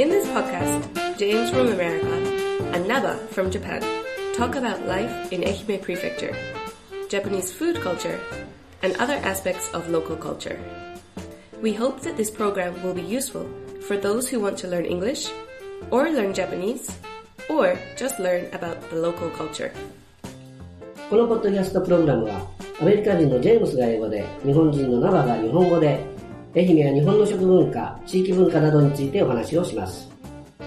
In this podcast, James from America and Naba from Japan talk about life in Ehime Prefecture, Japanese food culture, and other aspects of local culture. We hope that this program will be useful for those who want to learn English, or learn Japanese, or just learn about the local culture. このポッドキャストプログラムはアメリカ人のジェームスが英語で日本人のナバが日本語で愛媛や日本の食文化地域文化などについてお話をします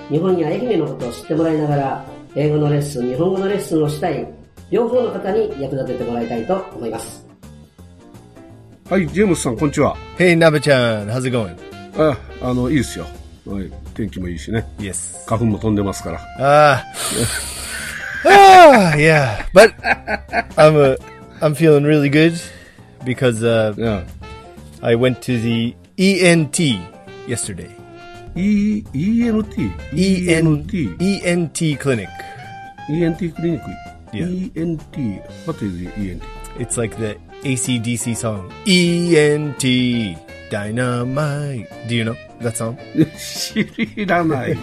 日本や愛媛のことを知ってもらいながら英語のレッスン日本語のレッスンをしたい両方の方に役立ててもらいたいと思いますはい、ジェームスさん、こんにちは。 Hey, Naba-chan, how's it going? あ、あの、いいですよ。はい、天気もいいしね。 Yes. 花粉も飛んでますから。 Ah. ah, yeah. But I'm uh, I'm feeling really good because uh, いや、 I went to the ENT yesterday. E、ENT。E ENT ENT。 ENT E clinic. ENT クリニック。 Yeah. ENT。What is ENT? It's like the ACDC song. ENT Dynamite. Do you know that song? 知ら ない。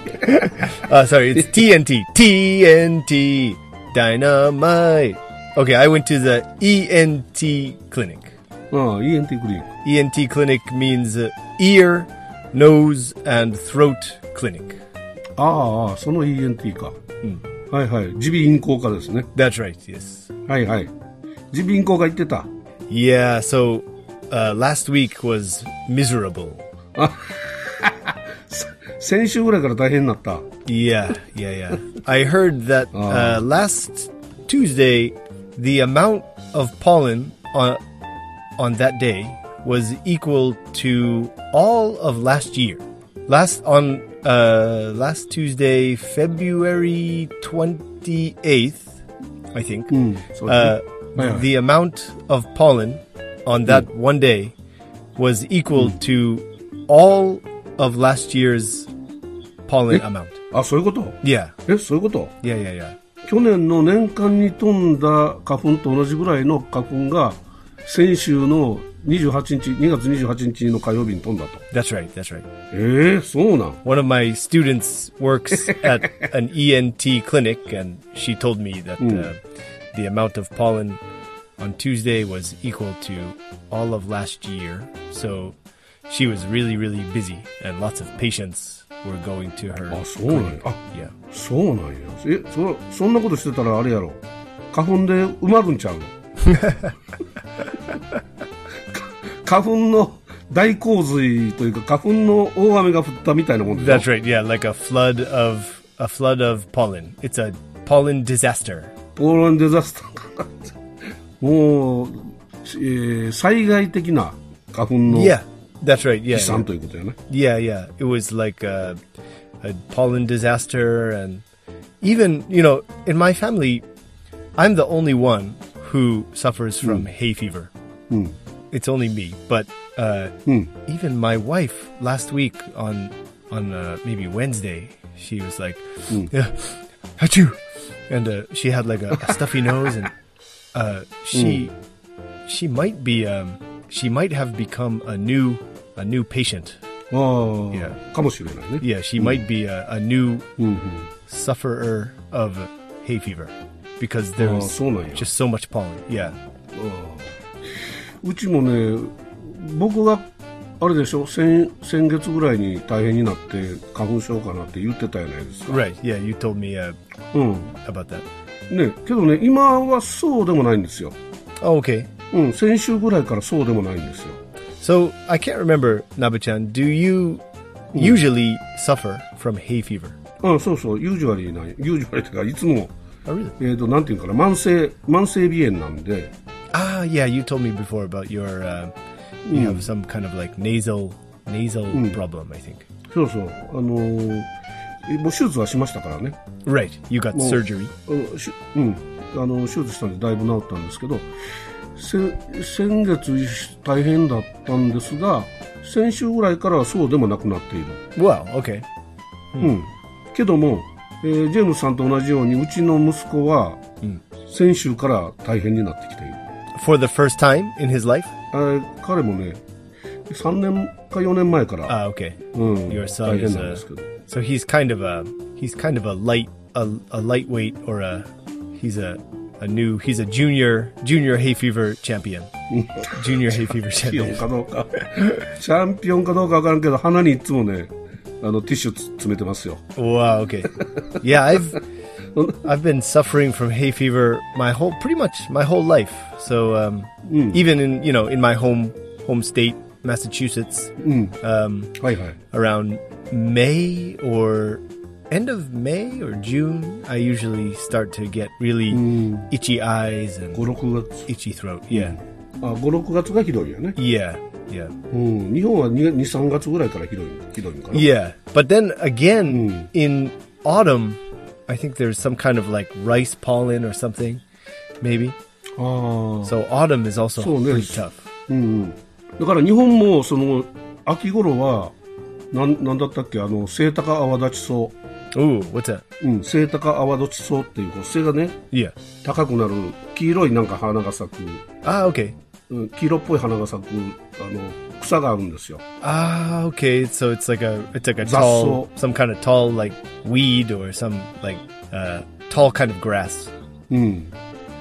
Uh, sorry, it's TNT. TNT Dynamite. Okay, I went to the ENT clinic. うん、ENT クリニッ ENT E clinic means uh, ear, nose, and throat clinic. ク。ああ、その ENT か。うん。はいはい。耳鼻咽喉科ですね。 That's right, yes. はいはい。耳鼻咽喉科行ってた。 Yeah, so uh, last week was miserable. 先週ぐらいから大変になった。 Yeah, yeah, yeah. I heard that uh, last Tuesday, the amount of pollen on, on that day was equal to all of last year. Last on uh, last Tuesday, February twenty eighth, I think. so- uh, Yeah. The amount of pollen on that one day was equal to all of last year's pollen Eh? amount. あ、そういうこと Yeah, え、そういうこと yeah, yeah, yeah. 去年の年間に飛んだ花粉と同じぐらいの花粉が先週の28日2月28日の火曜日に飛んだと That's right. That's right. ええそうなん One of my students works at an ENT clinic, and she told me that uh, the amount of pollen on Tuesday was equal to all of last year. So she was really, really busy, and lots of patients were going to her. あそうなんや clinic. あ Yeah. そうなんやえそそんなことしてたらあれやろ花粉で埋まるんちゃうの 花粉の大洪水というか花粉の大雨が降ったみたいなもんでしょ That's right. Yeah, like a flood of a flood of pollen. It's a pollen disaster. ポーランドデザスターかなってもう、しえー災害的な花粉の Yeah. 飛 That's right. Yeah. 散ということやね。 Yeah, yeah. It was like a, a pollen disaster, and even, you know, in my family, I'm the only one who suffers from hay fever. It's only me, but uh, even my wife last week on on uh, maybe Wednesday, she was like, yeah, "Achoo," and uh, she had like a, a stuffy nose, and uh, she she might be um, she might have become a new a new patient あー Yeah. かもしれないね。 yeah, she might be a, a new Mm-hmm. sufferer of hay fever because Oh, there's so nice. just so much pollen. Yeah. うちもね、僕が、あれでしょ先、先月ぐらいに大変になって花粉症かなって言ってたじゃないですか。 Right. Yeah, you told me uh, うん。 about that. ね、けどね、今はそうでもないんですよ。 Oh, okay. うん、先週ぐらいからそうでもないんですよ。 So I can't remember, Nabuchan. Do you Hmm. usually suffer from hay fever? うん、そうそう、ユージュアリーな、ユージュアリーっていうか、いつも、 Oh, really? えー、と、なんていうかな、慢性、慢性鼻炎なんで、 Ah, yeah. You told me before about your uh, you have some kind of like nasal nasal problem. I think. そうそう、あのーえもう手術はしましたからね。 Right. You got surgery. あのしうん、あの手術したんでだいぶ治ったんですけどせ先月大変だったんですが先週ぐらいからはそうでもなくなっている、 Wow. Okay. うん、けども、えージェームスさんと同じようにうちの息子は先週から大変になってきている、 For the first time in his life. えー彼もね3年か4年前から、 Ah. Okay. うん、 Your 大 son 変 is なんですけ a. ど So he's kind of a. He's kind of a light. A, a lightweight or a. He's a. A new. He's a junior. Junior hay fever champion. Junior hay fever チャンピオン champion. かどうか チャンピオンかどうかわからんけど鼻にいつもねあのティッシュつ詰めてますよ Wow. Okay. Yeah. I've. I've been suffering from hay fever my whole, pretty much my whole life. So um, even in you know in my home home state, Massachusetts, はいはい around May or end of May or June, I usually start to get really itchy eyes and 56月 itchy throat. Yeah, あ56月がひどいよね、 yeah, yeah, うん、日本は23月ぐらいからひどいひどいんかな yeah. But then again, in autumn, I think there's some kind of like rice pollen or something, maybe. ああ So autumn is also Oh. So pretty there's- tough. うんうん、だから日本もその秋頃はなんなんだったっけあのセイタカアワダチソ Ooh, what's that? ウ、うん、セイタカアワダチソウっていうこう背がね Yeah. 高くなる黄色いなんか花が咲く、 Ah, okay. うん、黄色っぽい花が咲くあの草があるんですよ Ah, okay. So it's like a it's like a That's tall, so- some kind of tall like weed or some like uh, tall kind of grass. うん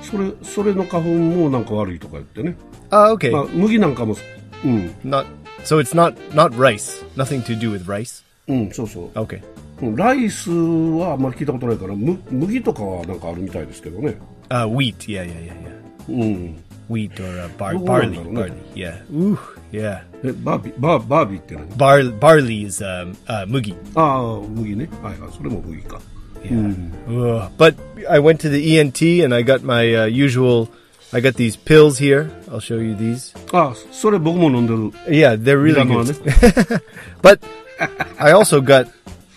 それそれの花粉もなんか悪いとか言ってね、 Ah, okay. まあ、麦なんかもうん、 not so it's not not rice. Nothing to do with rice. うん、そうそう Okay. うんライスはあんまり聞いたことないからむ麦とかはなんかあるみたいですけどね Uh, wheat. Yeah, yeah, yeah, yeah. うん、 Wheat or uh, bar- Oh, barley. no, no. Barley. Yeah. Ooh. Yeah. えバービーバーバービーって何 Bar- barley is um, uh, mugi. ああ、麦ね。はいはい。それも麦か。 Yeah. Ugh. But I went to the ENT and I got my uh, usual. I got these pills here. I'll show you these. ああ、それ僕も飲んでる。 Yeah, they're really Milan good. but I also got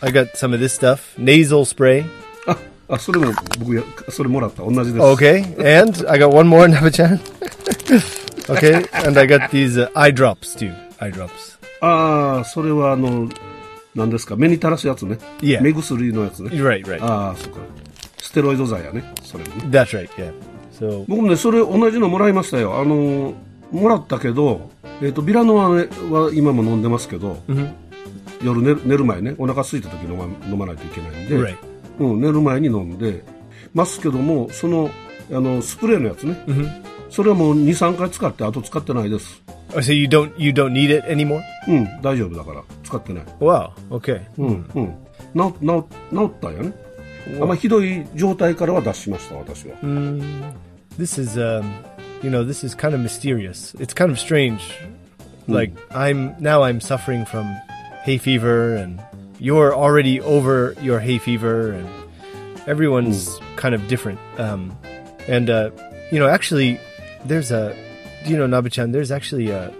I got some of this stuff, nasal spray. あ、あ、それも僕や、それもらった。同じです。 Okay, and I got one more Navachan. okay, and I got these uh, eye drops too. Eye drops. ああ、それはあの、何ですか。目に垂らすやつね。いや目薬のやつね。 Right, right. ああ、そっか。ステロイド剤やね。それもね。Uh, That's right. Yeah. So 僕もね、それ同じのもらいましたよ。あのー、もらったけど、えっ、と、ビラノアねは今も飲んでますけど、夜寝る寝る前ね、お腹空いた時飲ま飲まないといけないんで、 right. うん、寝る前に飲んでますけどもそのあのスプレーのやつね、それはもう23回使ってあと使ってないです、 Oh, so you don't you don't need it anymore? うん、大丈夫だから使ってない、 Wow. Okay. うんうん、な治治ったんやねあんまひどい状態からは脱しました私は、 This is um, you know, this is kind of mysterious. It's kind of strange. Like I'm now I'm suffering from hay fever and you're already over your hay fever and everyone's kind of different. Um, and uh, you know, actually there's a do you know Nabuchan, there's actually a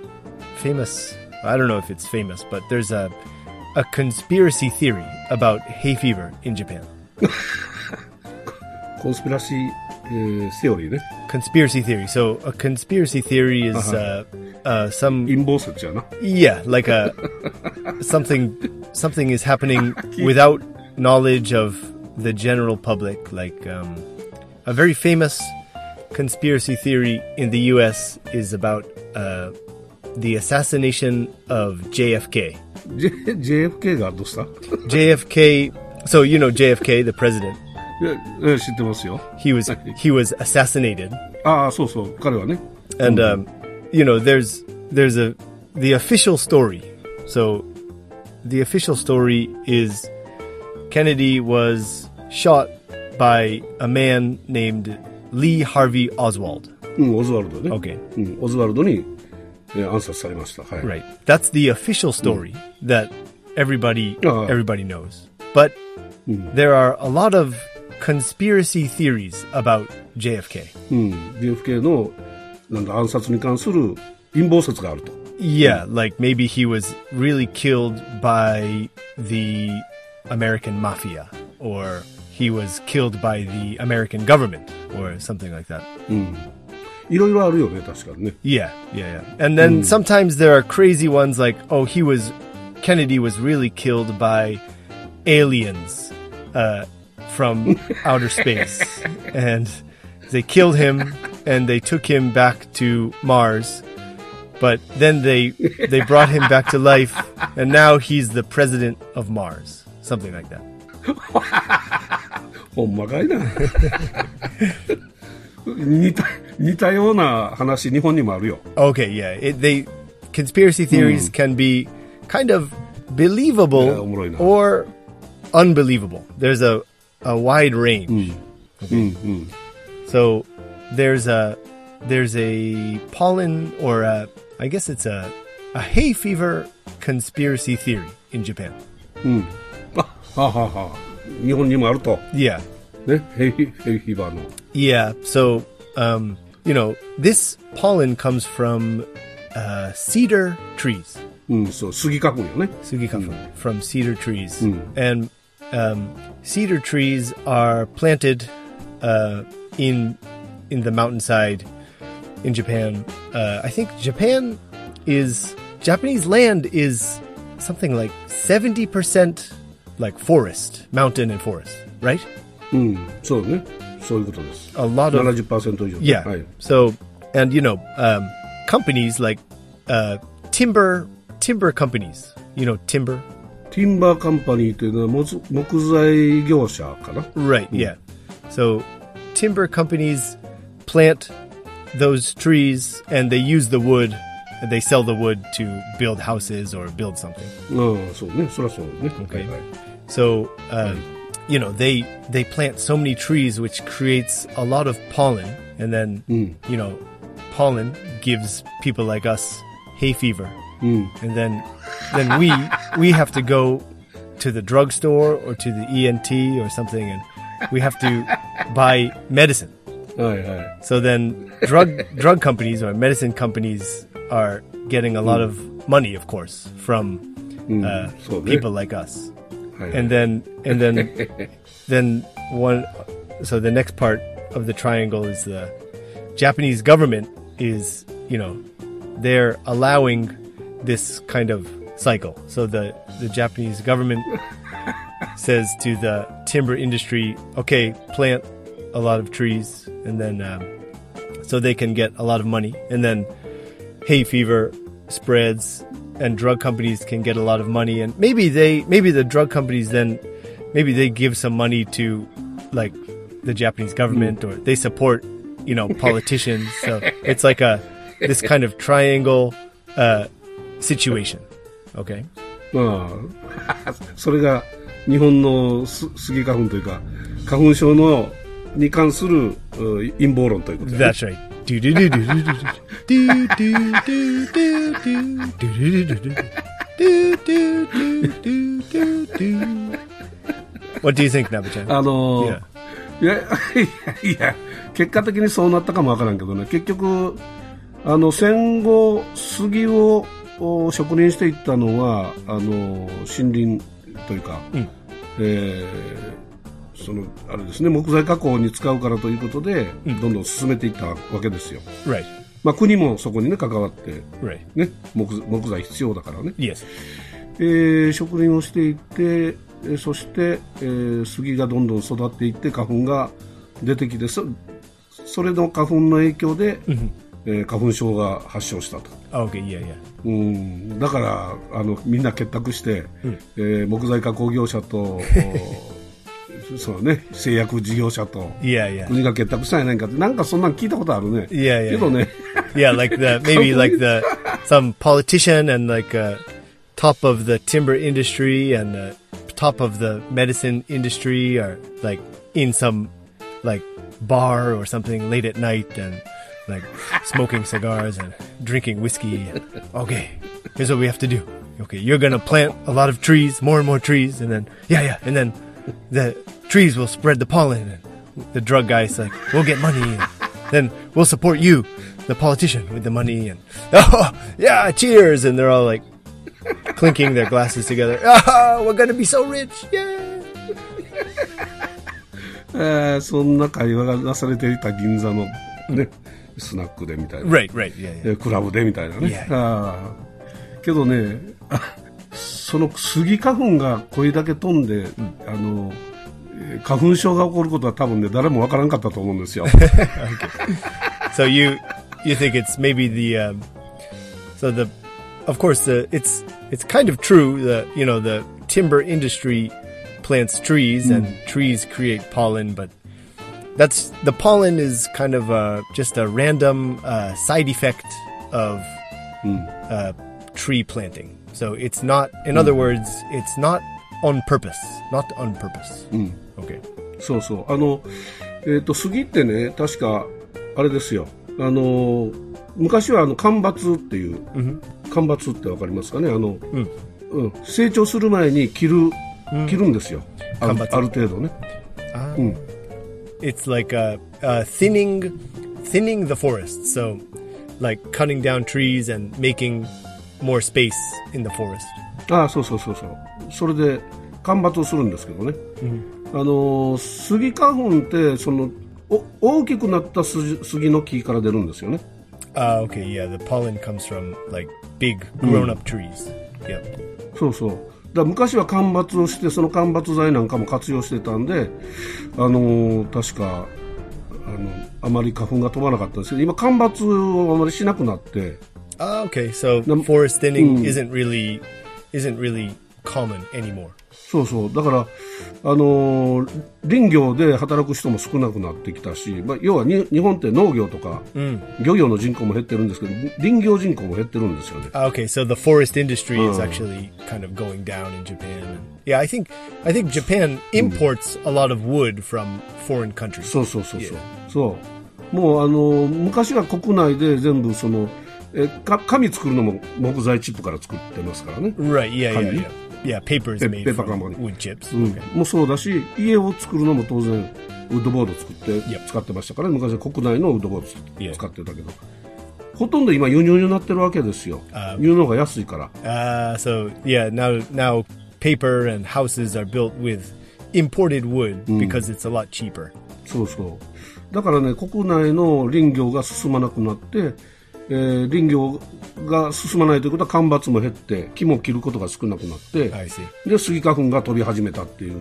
famous I don't know if it's famous, but there's a a conspiracy theory about hay fever in Japan. コンスピラシー、えーセオリーね conspiracy theory. So a conspiracy theory is uh uh, some 陰謀説やな yeah, like a something something is happening without knowledge of the general public. Like um, a very famous conspiracy theory in the U.S. is about uh, the assassination of JFK. J JFK がどうした JFK. So you know JFK, the president. ええ知ってますよ He was he was assassinated. ああそうそう彼はね and um, you know there's there's a the official story so the official story is kennedy was shot by a man named lee harvey oswald うんオズワルドね、 okay うん、オズワルドに、えー暗殺されましたはい、 right that's the official story that everybody Ah. everybody knows but there are a lot of conspiracy theories about jfk うん、JFK のなんだ暗殺に関する陰謀説があると。 Yeah, like maybe he was really killed by the American mafia, or he was killed by the American government, or something like that. いろいろあるよね、確かにね。 Yeah, yeah, yeah. And then sometimes there are crazy ones like, oh, he was, Kennedy was really killed by aliens uh, from outer space. And they killed him and they took him back to Mars. But then they they brought him back to life, and now he's the president of Mars, something like that. ほんまかいな。 似た、似たような話、日本にもあるよ。 Okay, yeah. It, they conspiracy theories can be kind of Yeah, believable おもろいな。 or unbelievable. There's a a wide range. Okay. So there's a there's a pollen or a I guess it's a a hay fever conspiracy theory in Japan. あ、はあはあはあ日本にもあると。 Yeah. ね、ヘイヘイフィーバーの。 Yeah. So, um, you know, this pollen comes from uh, cedar trees. うん、そう、杉花粉よね。 Sugikafun from cedar trees. And um, cedar trees are planted uh, in in the mountainside in Japan. Uh, I think Japan is Japanese land is something like seventy percent like forest, mountain and forest, right? うん、そうね。そういうことです。 A lot of 70%以上。 yeah. はい。 So, and you know, um, companies like uh, timber timber companies, you know, timber ティンバーカンパニーっていうのは木木材業者かな。 Right, yeah. So timber companies plant those trees and they use the wood and they sell the wood to build houses or build something. うん、そうね。そりゃそうね。 Okay. はいはい So um, you know, they they plant so many trees which creates a lot of pollen and then you know, pollen gives people like us hay fever. And then then we we have to go to the drugstore or to the ENT or something and we have to buy medicine. はいはい。 So then, drug drug companies or medicine companies are getting a lot of money, of course, from uh, so they- people like us. はいはい And then, and then, then one. So the next part of the triangle is the Japanese government is you know they're allowing this kind of cycle. So the the Japanese government says to the timber industry, okay, plant a lot of trees, and then um, so they can get a lot of money, and then hay fever spreads, and drug companies can get a lot of money, and maybe they, maybe the drug companies then, maybe they give some money to, like, the Japanese government, or they support, you know, politicians. so it's like a this kind of triangle uh, situation. Okay. まあ、 それが日本のす杉花粉というか、花粉症のに関するうん陰謀論ということで、ね。 That's right. Do do do do do do do do do do do do do do do do do do do do do. What do you think, Nabuchan? あのーいや、いや、いや、結果的にそうなったかもわからんけどね、結局、あの、戦後、杉をお植林していったのは、あのー森林というか、えーその、あれですね、木材加工に使うからということで、どんどん進めていったわけですよ。 Right, まあ、国もそこにね、関わって、 right. ね、木木材必要だからね、 Yes. えー植林をしていってえーそして、えー杉がどんどん育っていって花粉が出てきてそそれの花粉の影響で、えー花粉症が発症したと Okay. Yeah. Yeah. うんだからあのみんな結託して、えー木材加工業者 とおそうね製薬事業者と Yeah. Yeah. 国が結託したんやないかってなんかそんなん聞いたことあるねいやいやけどね Yeah. Like the maybe like the some politician and like uh, top of the timber industry and uh, top of the medicine industry are like in some like bar or something late at night and like smoking cigars and drinking whiskey. And, okay, here's what we have to do. Okay, you're gonna plant a lot of trees, more and more trees, and then yeah, yeah, and then the trees will spread the pollen. And the drug guy's like, we'll get money, and then we'll support you, the politician, with the money. And oh yeah, cheers! And they're all like clinking their Ah, glasses together. Oh, we're gonna be so rich! Yeah. えーそんな会話がなされていた銀座の、ね、スナックでみたいな、 Right, right, yeah, え yeah. ークラブでみたいなね。いやいあーけどね、あそのスギ花粉がこれだけ飛んで、あの、えー花粉症が起こることは多分ね、誰もわからんかったと思うんです よ。 So you you think it's maybe the um, so the of course the it's it's kind of true the you know the timber industry plants trees and trees create pollen, but that's the pollen is kind of uh, just a random uh, side effect of uh, tree planting. So it's not, in other words, it's not on purpose. Not on purpose. Okay. そうそう。あの、えっ、と、杉ってね、確か、あれですよ。あの、昔はあの、間伐っていう、間伐ってわかりますかねあの、うんん。成長する前に切る、切るんですよ。あ間る伐ある程度ね。 it's like uh, uh, thinning thinning the forest so like cutting down trees and making more space in the forest ああ、そうそうそうそう。それで、間伐をするんですけどね。あの、杉花粉って、その、お大きくなった杉杉の木から出るんですよね。 uh, okay yeah the pollen comes from like big grown-up trees yep そうそう。だから昔は間伐をして、その間伐材なんかも活用してたんで、あのー確か、あの、あまり花粉が飛ばなかったんですけど、今間伐をあまりしなくなって、 Ah, okay so forest thinning isn't really isn't really common anymore そうそう。だから、あのー林業で働く人も少なくなってきたし、まあ、要はに日本って農業とか、漁業の人口も減ってるんですけど、林業人口も減ってるんですよね。 Ah, okay so the forest industry is actually kind of going down in japan yeah i think i think japan imports a lot of wood from foreign countries そうそうそうそう。そう。もうあの、昔は国内で全部その、え、か、紙作るのも木材チップから作ってますからね。 Right. Yeah. Yeah. Kanji? Yeah. Yeah. Paper is Pe- made paper Mm. from company. wood chips. うん Okay. もうそうだし、家を作るのも当然、ウッドボード作って、 Yep. 使ってましたから、昔は国内のウッドボードつ Yeah. 使ってたけど、ほとんど今輸入になってるわけですよ。あー輸入の方が安いから。 Uh, so yeah. Now now paper and houses are built with imported wood because it's a lot cheaper. そうそう。だからね、国内の林業が進まなくなって、えー林業が進まないということは間伐も減って、木も切ることが少なくなって、 I see. で、スギ花粉が飛び始めたっていう、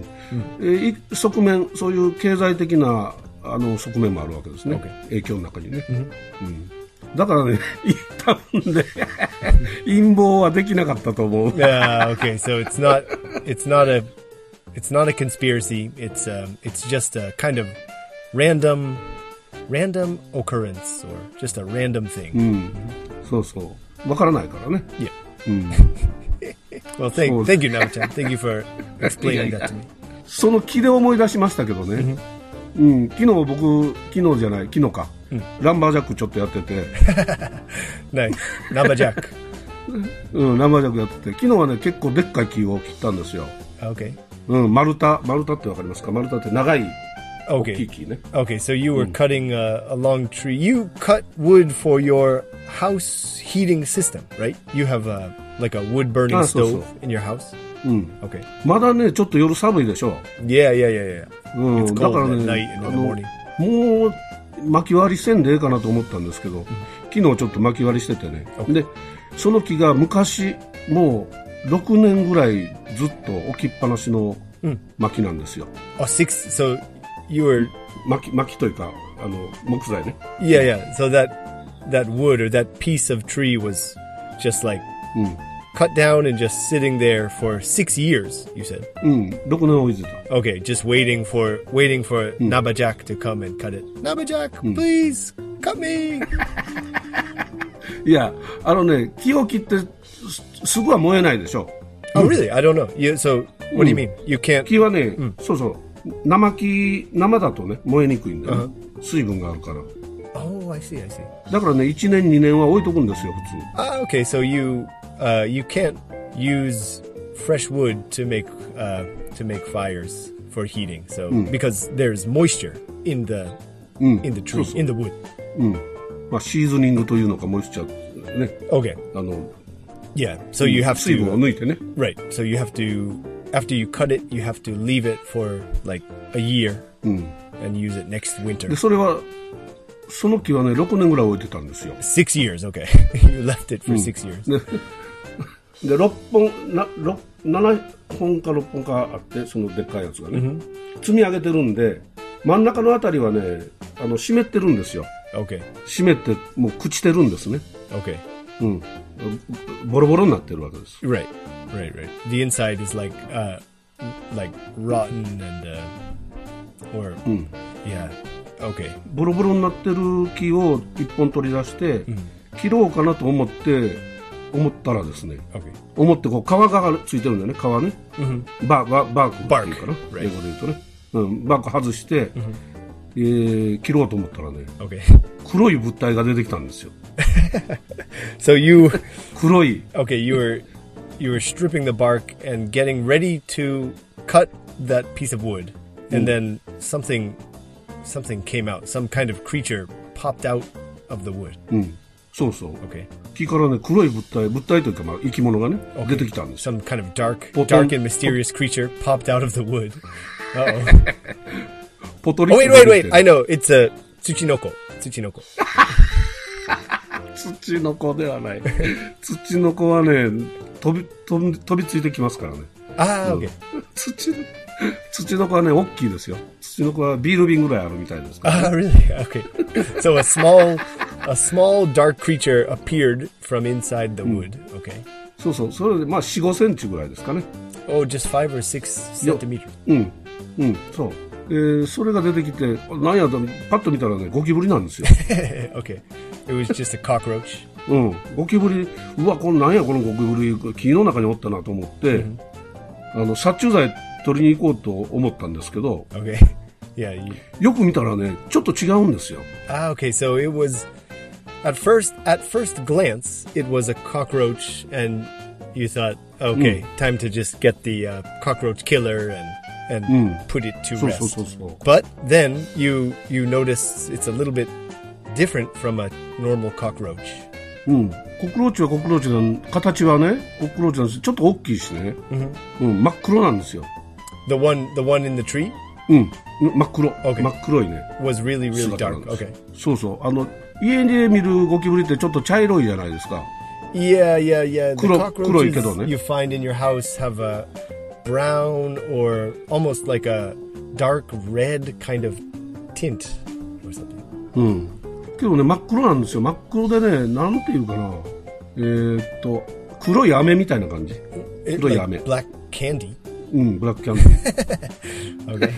えーい側面、そういう経済的なあの側面もあるわけですね、影響の中にね。うんだからね、 多分 ね、陰謀はできなかったと思う。 Uh, okay. So it's not it's not a it's not a conspiracy. It's um it's just a kind of random random occurrence or just a random thing. そうそう。わからないからね。 Yeah. well, thank Oh. thank you, Naochan. Thank you for explaining that to me. その気で思い出しましたけどね。うん、昨日僕、昨日じゃない、昨日か、ランバージャックちょっとやって て、 Nice, Nabajak. うん、ランバージャックやってて、昨日はね、結構でっかい木を切ったんですよ。 Okay. うん、丸太、丸太ってわかりますか丸太って長い大きい Okay. 木ね。 Okay, so you Hmm. were cutting uh, a, a long tree. You cut wood for your house heating system, right? You have a like a wood burning Ah, so, so. Hmm. stove in your house. Okay. まだね、ちょっと夜寒いでしょ。 Yeah, yeah, yeah, yeah. うん It's だから cold at ね night and あ in the の morning. もう巻き割りせんでええかなと思ったんですけど、昨日ちょっと巻き割りしててね、 Okay. でその木が昔もう6年ぐらいずっと置きっぱなしの薪なんですよ、 Oh, six. So you were. 薪薪というかあの木材ね Yeah, yeah. So that that wood or that piece of tree was just like Hmm. cut down and just sitting there for six years. You said. うん6年置いてた Okay, just waiting for waiting for Hmm. Nabajak to come and cut it. Nabajak, please cut me. いやあのね木を切ってすすぐは燃えないでしょ oh, really? I don't know. You, so what do you mean? You can't. 木はね、そうそう生木生だとね燃えにくいんだよね、水分があるから Oh, I see. I see. だからね1年2年は置いとくんですよ普通 Ah, okay, so you uh, you can't use fresh wood to make uh, to make fires for heating. So because there's moisture in the in the tree in the wood. まあ、シーズニングというのか、モイスチャー、ね、 Okay. あの、 Yeah. So you have 水 to 分を抜いてね。 Right. So you have to after you cut it, you have to leave it for like a year and use it next で winter. それはその木はね6年ぐらい置いてたんですよ Six years, okay. you left it for six years. でで6本な六7本か6本かあってそのでっかいやつがね、積み上げてるんで真ん中のあたりはねあの湿ってるんですよ Okay, 湿ってもう朽ちてるんですね okay. うんボロボロになってるわけです Right, right, right. The inside is like, uh, like rotten and, uh, or, Hmm. yeah, okay. ボロボロになってる木を一本取り出して、切ろうかなと思って思ったらですね Okay. 思ってこう皮がついてるんだよね皮ね、バーバーバークっていうかな Bark, right. 英語で言うとね、うん、バーク外して、えー切ろうと思ったらね Okay. 黒い物体が出てきたんですよ So you, 黒い okay, you were, you were stripping the bark and getting ready to cut that piece of wood, Hmm. and then something, something came out. Some kind of creature popped out of the wood. Hmm. そうそう Okay. 木からね黒い物体物体というかまあ生き物がね、出てきたんですよ Some kind of dark, Well, dark then- and mysterious creature popped out of the wood. Uh-oh. ポトリ oh ッと wait, 出て wait, きて wait! I know it's a tsuchinoko. Tsuchinoko. 土の子ではない 土の子はね飛び飛び飛びついてきますからね Ah, okay. 土の土の子はね大きいですよ土の子はビール瓶ぐらいあるみたいですから Ah, really? Okay. So a small, a small dark creature appeared from inside the wood. Okay. そうそうそれでまあ4 5センチぐらいですかね Oh, just five or six centimeters. うんうんそうえーそれが出てきてあなんやとパッと見たらねゴキブリなんですよ okay. It was just a cockroach. うんゴキブリうわこのなんやこのゴキブリ木の中におったなと思って、あの殺虫剤取りに行こうと思ったんですけど Okay. Yeah. You, よく見たらねちょっと違うんですよ ah, okay. So it was, at first, at first glance, it was a cockroach, and you thought, okay, time to just get the uh, cockroach killer and and put it to そう rest. そうそうそう But then you you notice it's a little bit different from a normal cockroach. うん、コクローチはコクローチの形はねコクローチなんですちょっと大きいしね、うん、真っ黒なんですよ、 The one the one in the tree うん、真っ黒、 OK 真っ黒いね was really really 姿なん dark. です Okay. そうそうあの家で見るゴキブリってちょっと茶色いじゃないですか Yeah, yeah, yeah. The Kuro- cockroaches 黒いけどね。 you find in your house have a brown or almost like a dark red kind of tint or something. けどね真っ黒なんですよ真っ黒でねなんていうかなえーっと黒い飴みたいな感じ It, 黒い like 飴 black candy. うんブラックキャンディー Okay.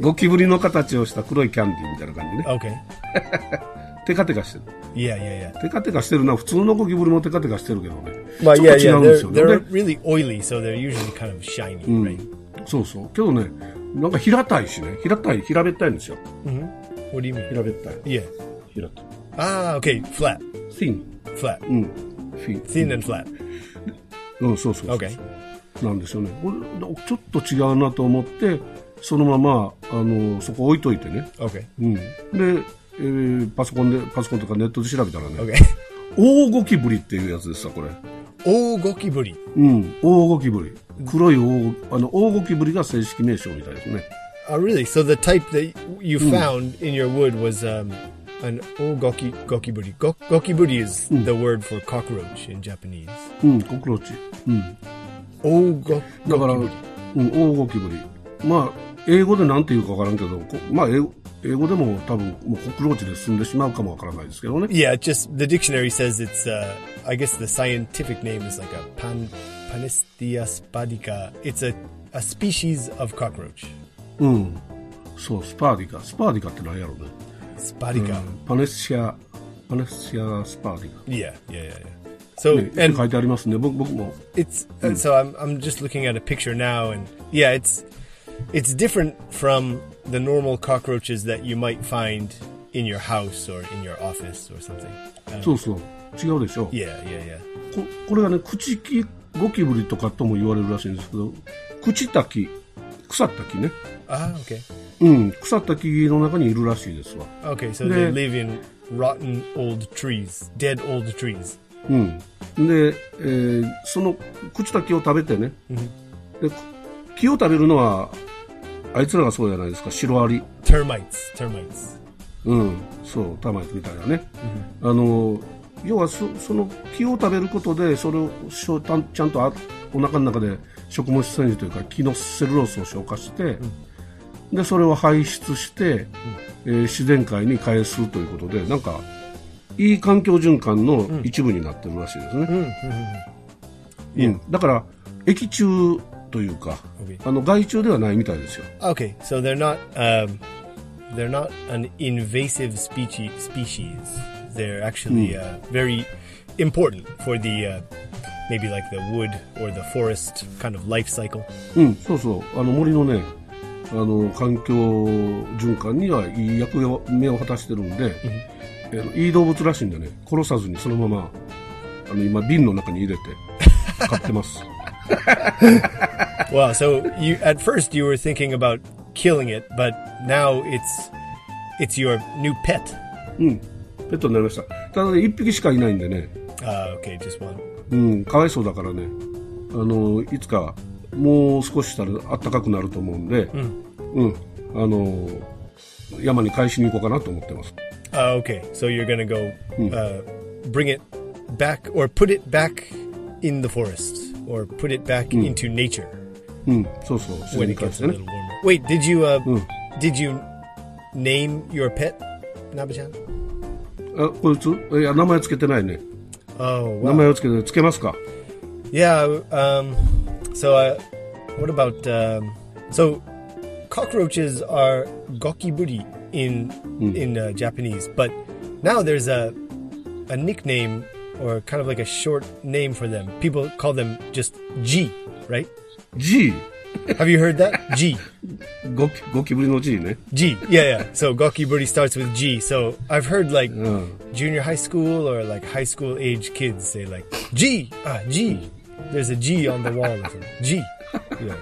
ゴキブリの形をした黒いキャンディーみたいな感じね okay. テカテカしてる Yeah, yeah, yeah. テカテカしてるな普通のゴキブリもテカテカしてるけどね But ちょ yeah, っと違 yeah, うんです they're, よ they're ね really oily, so they're usually kind of shiny, right? そうそう。けどね、なんか平たいしね。平たい、平べったいんですよ。Mm. What do you mean? 平べったい。 Yeah. 平たい。 Ah, okay. Flat. thin。 Flat. うん。thin。 Thin and flat. うん、そうそうそう。 Okay. なんですよね。これちょっと違うなと思って、そのまま、あの、そこ置いといてね。 Okay. うん。で、えーパソコンで、パソコンとかネットで調べたらね、 Okay. 大ゴキブリっていうやつですわ、これ。 Oh, gokiburi. うん、大ゴキブリ。黒い大、あの、大ゴキブリが正式名称みたいですね。 Oh, really? So the type that you found in your wood was um, an oh goki gokiburi. Go- gokiburi is the word for cockroach in Japanese. うん、コクロチ。うん。 Oh, go- だから、う gokiburi. ん、大ゴキブリ。まあ、英語でなんて言うかわからんけど、こまあ、英語英語でも多分、もうコクローチで済んでしまうかもわからないですけどね。 Yeah, it's just the dictionary says it's. Uh, I guess the scientific name is like a pan panistia spadica. It's a a species of cockroach. うん。そう、スパーディカ。スパーディカって何やろうね。 Spadica. パネッシア、パネッシアスパーディカ。 Yeah, yeah, yeah. yeah. So ね、 and 書いてありますね。僕僕も。 it's and so I'm I'm just looking at a picture now and yeah, it's it's different from the normal cockroaches that you might find in your house or in your office or something. Uh, そうそう。違うでしょ。 Yeah, yeah, yeah. ここれがね、口木ゴキブリとかとも言われるらしいんですけど、口たき、腐った木ね。 Ah, okay. うん、腐った木の中にいるらしいですわ。 Okay, so The- they live in rotten old trees, dead old trees. うん、で、えーその朽ちた木を食べてね、で木を食べるのはあいつらがそうじゃないですかシロアリ Termites, termites. うん、そう、タマイみたいなね。あの、要はそ、その木を食べることで、それをしょたんちゃんとあお腹の中で食物繊維というか、木のセルロースを消化して、で、それを排出して、えー自然界に返すということで、なんか、いい環境循環の一部になってるらしいですね。うんだから、液中というか、 Okay. あの害虫ではないみたいですよ。 Okay, so they're not um, they're not an invasive species. Species. They're actually uh, very important for the uh, maybe like the wood or the forest kind of life cycle. うん、そうそう、あの森のね、あの環境循環にはいい役目を果たしてるんで、えーいい動物らしいんでね、殺さずにそのまま、あの今、瓶の中に入 れて、買ってます。 Wow. So you at first you were thinking about killing it, but now it's it's your new pet. うん、ペットになりました。ただね、一匹しかいないんでね、 Uh, okay, just one. うん、かわいそうだからね、あのいつか、もう少ししたら暖かくなると思うんで、うん、あの山に返しに行こうかなと思ってます。 Uh, okay, so you're gonna go uh, bring it back or put it back in the forest or put it back into nature うん、そうそう、自 when 然に it 返 gets し a てね little。warmer. Wait, did you uh, Mm. did you name your pet Nabachan? あ、こいついや、名前つけてないね。 Oh, 名 wow. 前をつけて、つけますか yeah. Um, so, uh, what about um, so cockroaches are gokiburi in in uh, Japanese, but now there's a a nickname or kind of like a short name for them. People call them just G, right? ?G。 Have you heard that? G. ゴキ、ゴキブリの G ね。 G. Yeah, yeah. So gokiburi starts with G. So I've heard like junior high school or like high school age kids say like G, ah, G. There's a G on the wall or something. G. Yeah.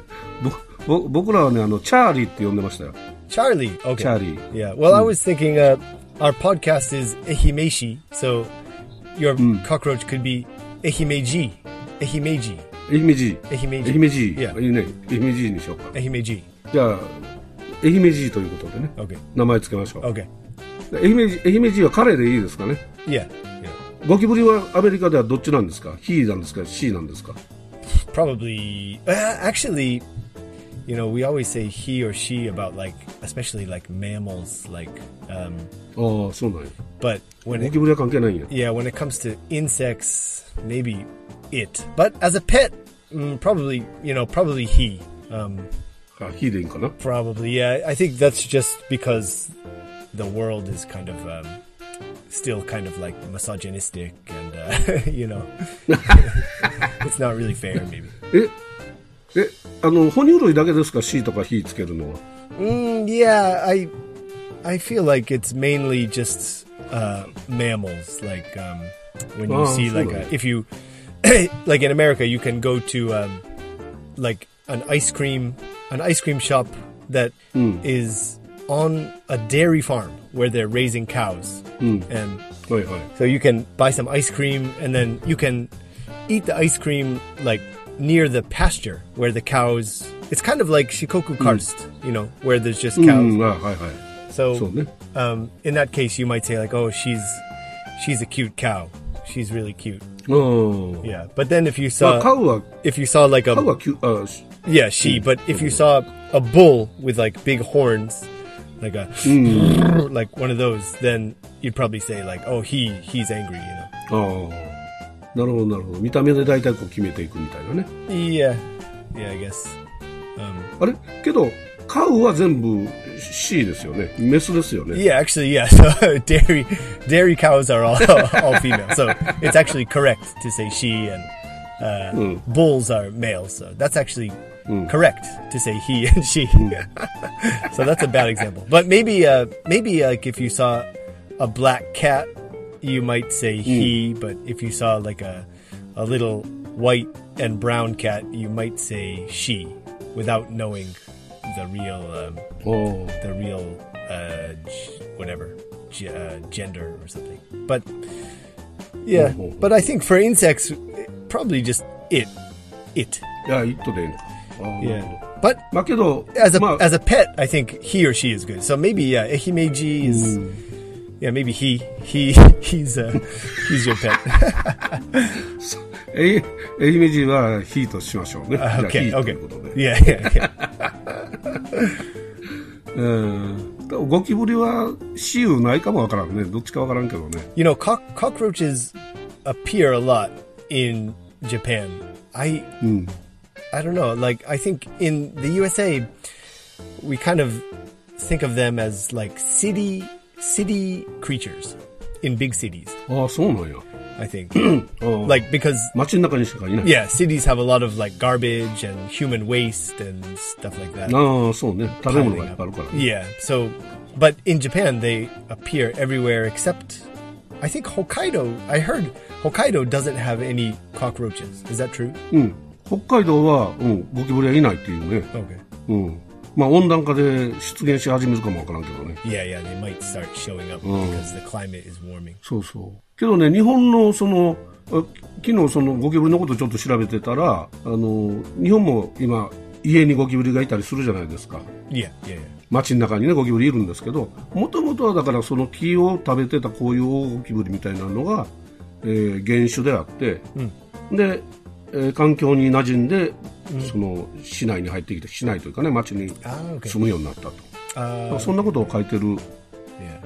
ぼ、ぼ、僕らはね、あの、チャーリーって呼んでましたよ。 Charlie. Okay. Charlie. Yeah. Well, I was thinking uh, our podcast is Ehimeshi, so your cockroach could be Ehimeji. Ehimeji. 愛媛 G。愛媛 G 愛媛 G。いやいいね。愛媛 G にしようか。 Ehimeji. じゃあ、愛媛 G ということでね。 Okay. 名前つけましょう。 Okay. 愛媛 G、愛媛 G は彼でいいですかね。 Yeah. yeah. ゴキブリはアメリカではどっちなんですか ?He なんですか ?She なんですか Probably. Uh, actually, you know, we always say he or she about like, especially like mammals, like. Um, ああ、そうなんや。 but when ゴ it, キブリは関係ないんや。 yeah, when it comes to insects, maybe it. But as a pet, mm, probably you know, probably he. Um, あ、He でいいんかな Probably, yeah. I think that's just because the world is kind of um, still kind of like misogynistic, and uh, you know, it's not really fair. Maybe. え、え、あの、哺乳類だけですか ?She とか He つけるのは。 Mm, yeah, I I feel like it's mainly just uh, mammals. Like um, when you Oh, see like sure. a, if you like in America, you can go to um, like an ice cream an ice cream shop that is Hmm. on a dairy farm where they're raising cows, Hmm. and はいはい。 so you can buy some ice cream and then you can eat the ice cream like near the pasture where the cows. It's kind of like Shikoku Karst, you know, where there's just う cows. ん、あはいはい。そう So ね。 um, in that case, you might say like, "Oh, she's she's a cute cow. She's really cute." うん。 Yeah. But then if you まあ、 saw カウは、 if you saw like カウ a はきゅあ、し yeah she, but if you saw a bull with like big horns, like a like one of those, then you'd probably say like, "Oh, he he's angry," you know. ああ。なるほど、なるほど。見た目で大体こう決めていくみたいなね。 Yeah, yeah, I guess. Um, あれけど、カウは全部 C ですよね。メスですよね。 yeah, actually, yeah. So dairy dairy cows are all all female, so it's actually correct to say she, and uh, bulls are male, so that's actually correct to say he and she. so that's a bad example, but maybe uh, maybe like if you saw a black cat, you might say he, but if you saw like a a little white and brown cat, you might say she, without knowing the real. Um, おお。 the real uh, g- whatever g- uh, gender or something. But yeah, Mhm. but I think for insects, probably just it, it. いや、イットでいいのか。ああ Yeah. But まあけど、 as a まあ、 as a pet, I think he or she is good. So maybe yeah, Ehimeji is yeah maybe he he he's uh, he's your pet. え愛媛人はヒーとしましょうね。 okay, じゃあヒーとい okay, うことで。 yeah, yeah, yeah. うん。ゴキブリは死ゆないかもわからんね。どっちかわからんけどね。 You know, cock- cockroaches appear a lot in Japan. I I don't know. Like I think in the USA, we kind of think of them as like city city creatures in big cities. ああ、そうなんや。 I think ああ like because 街の中にしかいない。 yeah, cities have a lot of like garbage and human waste and stuff like that. ああ、そうね。食べ物 piling がいっ up. ぱいあるから、ね。 Yeah. So, but in Japan, they appear everywhere except, I think Hokkaido. I heard Hokkaido doesn't have any cockroaches. Is that true? うん。北海道は、うん、ゴキブリはいないっていうね。 Okay. うん。まあ、温暖化で出現し始めるかもわからんけどね。 Yeah, yeah. They might start showing up because the climate is warming. そうそう。けどね、日本のその、あ昨日そのゴキブリのことちょっと調べてたら、あの、日本も今、家にゴキブリがいたりするじゃないですか。 Yeah, yeah, yeah. 街の中にね、ゴキブリいるんですけど、もともとはだからその木を食べてたこういう大ゴキブリみたいなのが、えー原種であって、で、えー環境に馴染んで、その市内に入ってきて、市内というかね、街に Ah, okay. 住むようになったと。 Uh, そんなことを書いてる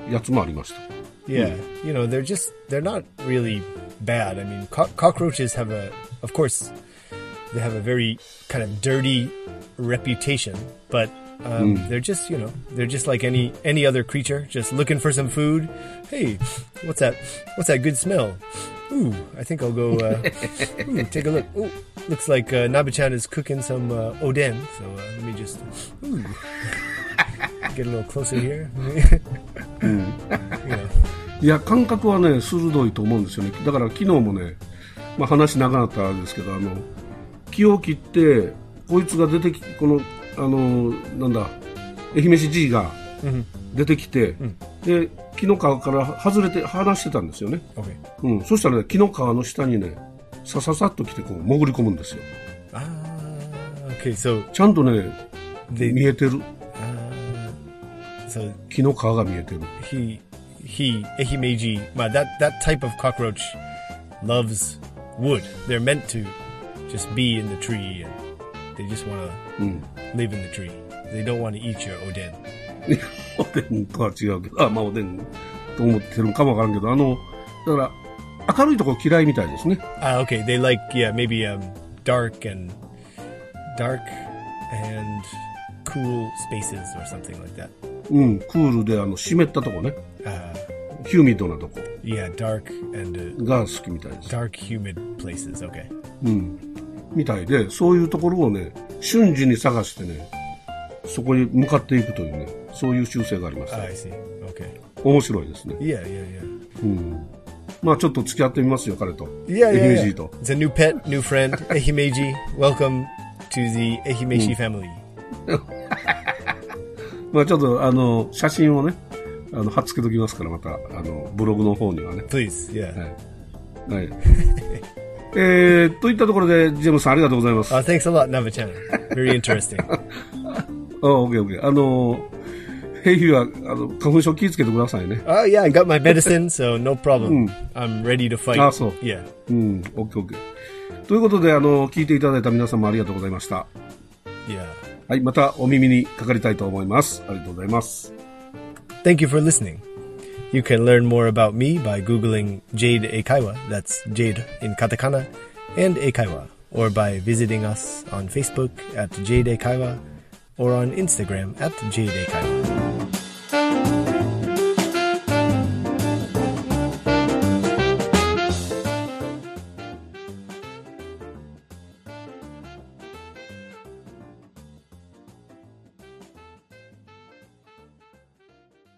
yeah. やつもありました。 Yeah, you know, they're just they're not really bad. I mean, co- cockroaches have a, of course, they have a very kind of dirty reputation, but um, they're just you know they're just like any any other creature, just looking for some food. Hey, what's that? What's that good smell? Ooh, I think I'll go uh, ooh, take a look. Ooh, looks like uh, Nabe-chan is cooking some uh, oden, so uh, let me just ooh, get a little closer here. you know. いや、感覚はね、鋭いと思うんですよね。だから昨日もね、まあ話長かったらあれですけど、あの、気を切って、こいつが出てき、この、あの、なんだ、愛媛市 G が出てきて、で、木の皮から外れて離してたんですよね。 Okay. うん。そしたらね、木の皮の下にね、さささっと来てこう潜り込むんですよ。 Ah, okay. So ちゃんとね、 they, 見えてる。 so 木の皮が見えてる。 he he Ehimeji, ma, that that type of cockroach loves wood. They're meant to just be in the tree, and they just want to live in the tree. They don't want to eat your oden. おでんとは違うけど、あ、まあおでんと思ってるんかもわからんけど、あの、だから、明るいとこ嫌いみたいですね。 Ah, okay. They like yeah, maybe um, dark and dark and cool spaces or something like that. うん、クールであの湿ったとこね、 Uh, ヒューミッドなとこ yeah, dark and uh, が好きみたいです。 dark humid places. Okay. みたいで、そういうところをね、瞬時に探してね、そこに向かっていくというね、そういう習性があります Ah, I see. Okay. 面白いですね。 Yeah, yeah, yeah. まあちょっと付き合ってみますよ、彼と。 Yeah, エ yeah, ヒメ yeah. ジと。 It's a new pet, new friend, Ehimeji. Welcome to the Ehimeji family. まあちょっとあの、写真をね、あの、貼っつけときますから、また、あの、ブログの方にはね。 Please, yeah. はい。 えー、といったところで、ジェームスさんありがとうございます。 Uh, thanks a lot, Navachan. Very interesting. あ、オッケーオッケー。あのー、ヘイヒーは、あの、花粉症気をつけてくださいね。 Oh yeah, I got my medicine, so no problem. I'm ready to fight. Ah, so. Yeah. うん、オッケーオッケー。ということで、あの、聞いていただいた皆様ありがとうございました。 Yeah. はい、またお耳にかかりたいと思います。ありがとうございます。 Thank you for listening. You can learn more about me by googling Jade Eikaiwa, that's Jade in katakana, and Eikaiwa, or by visiting us on Facebook at Jade Eikaiwa or on Instagram at Jade Eikaiwa.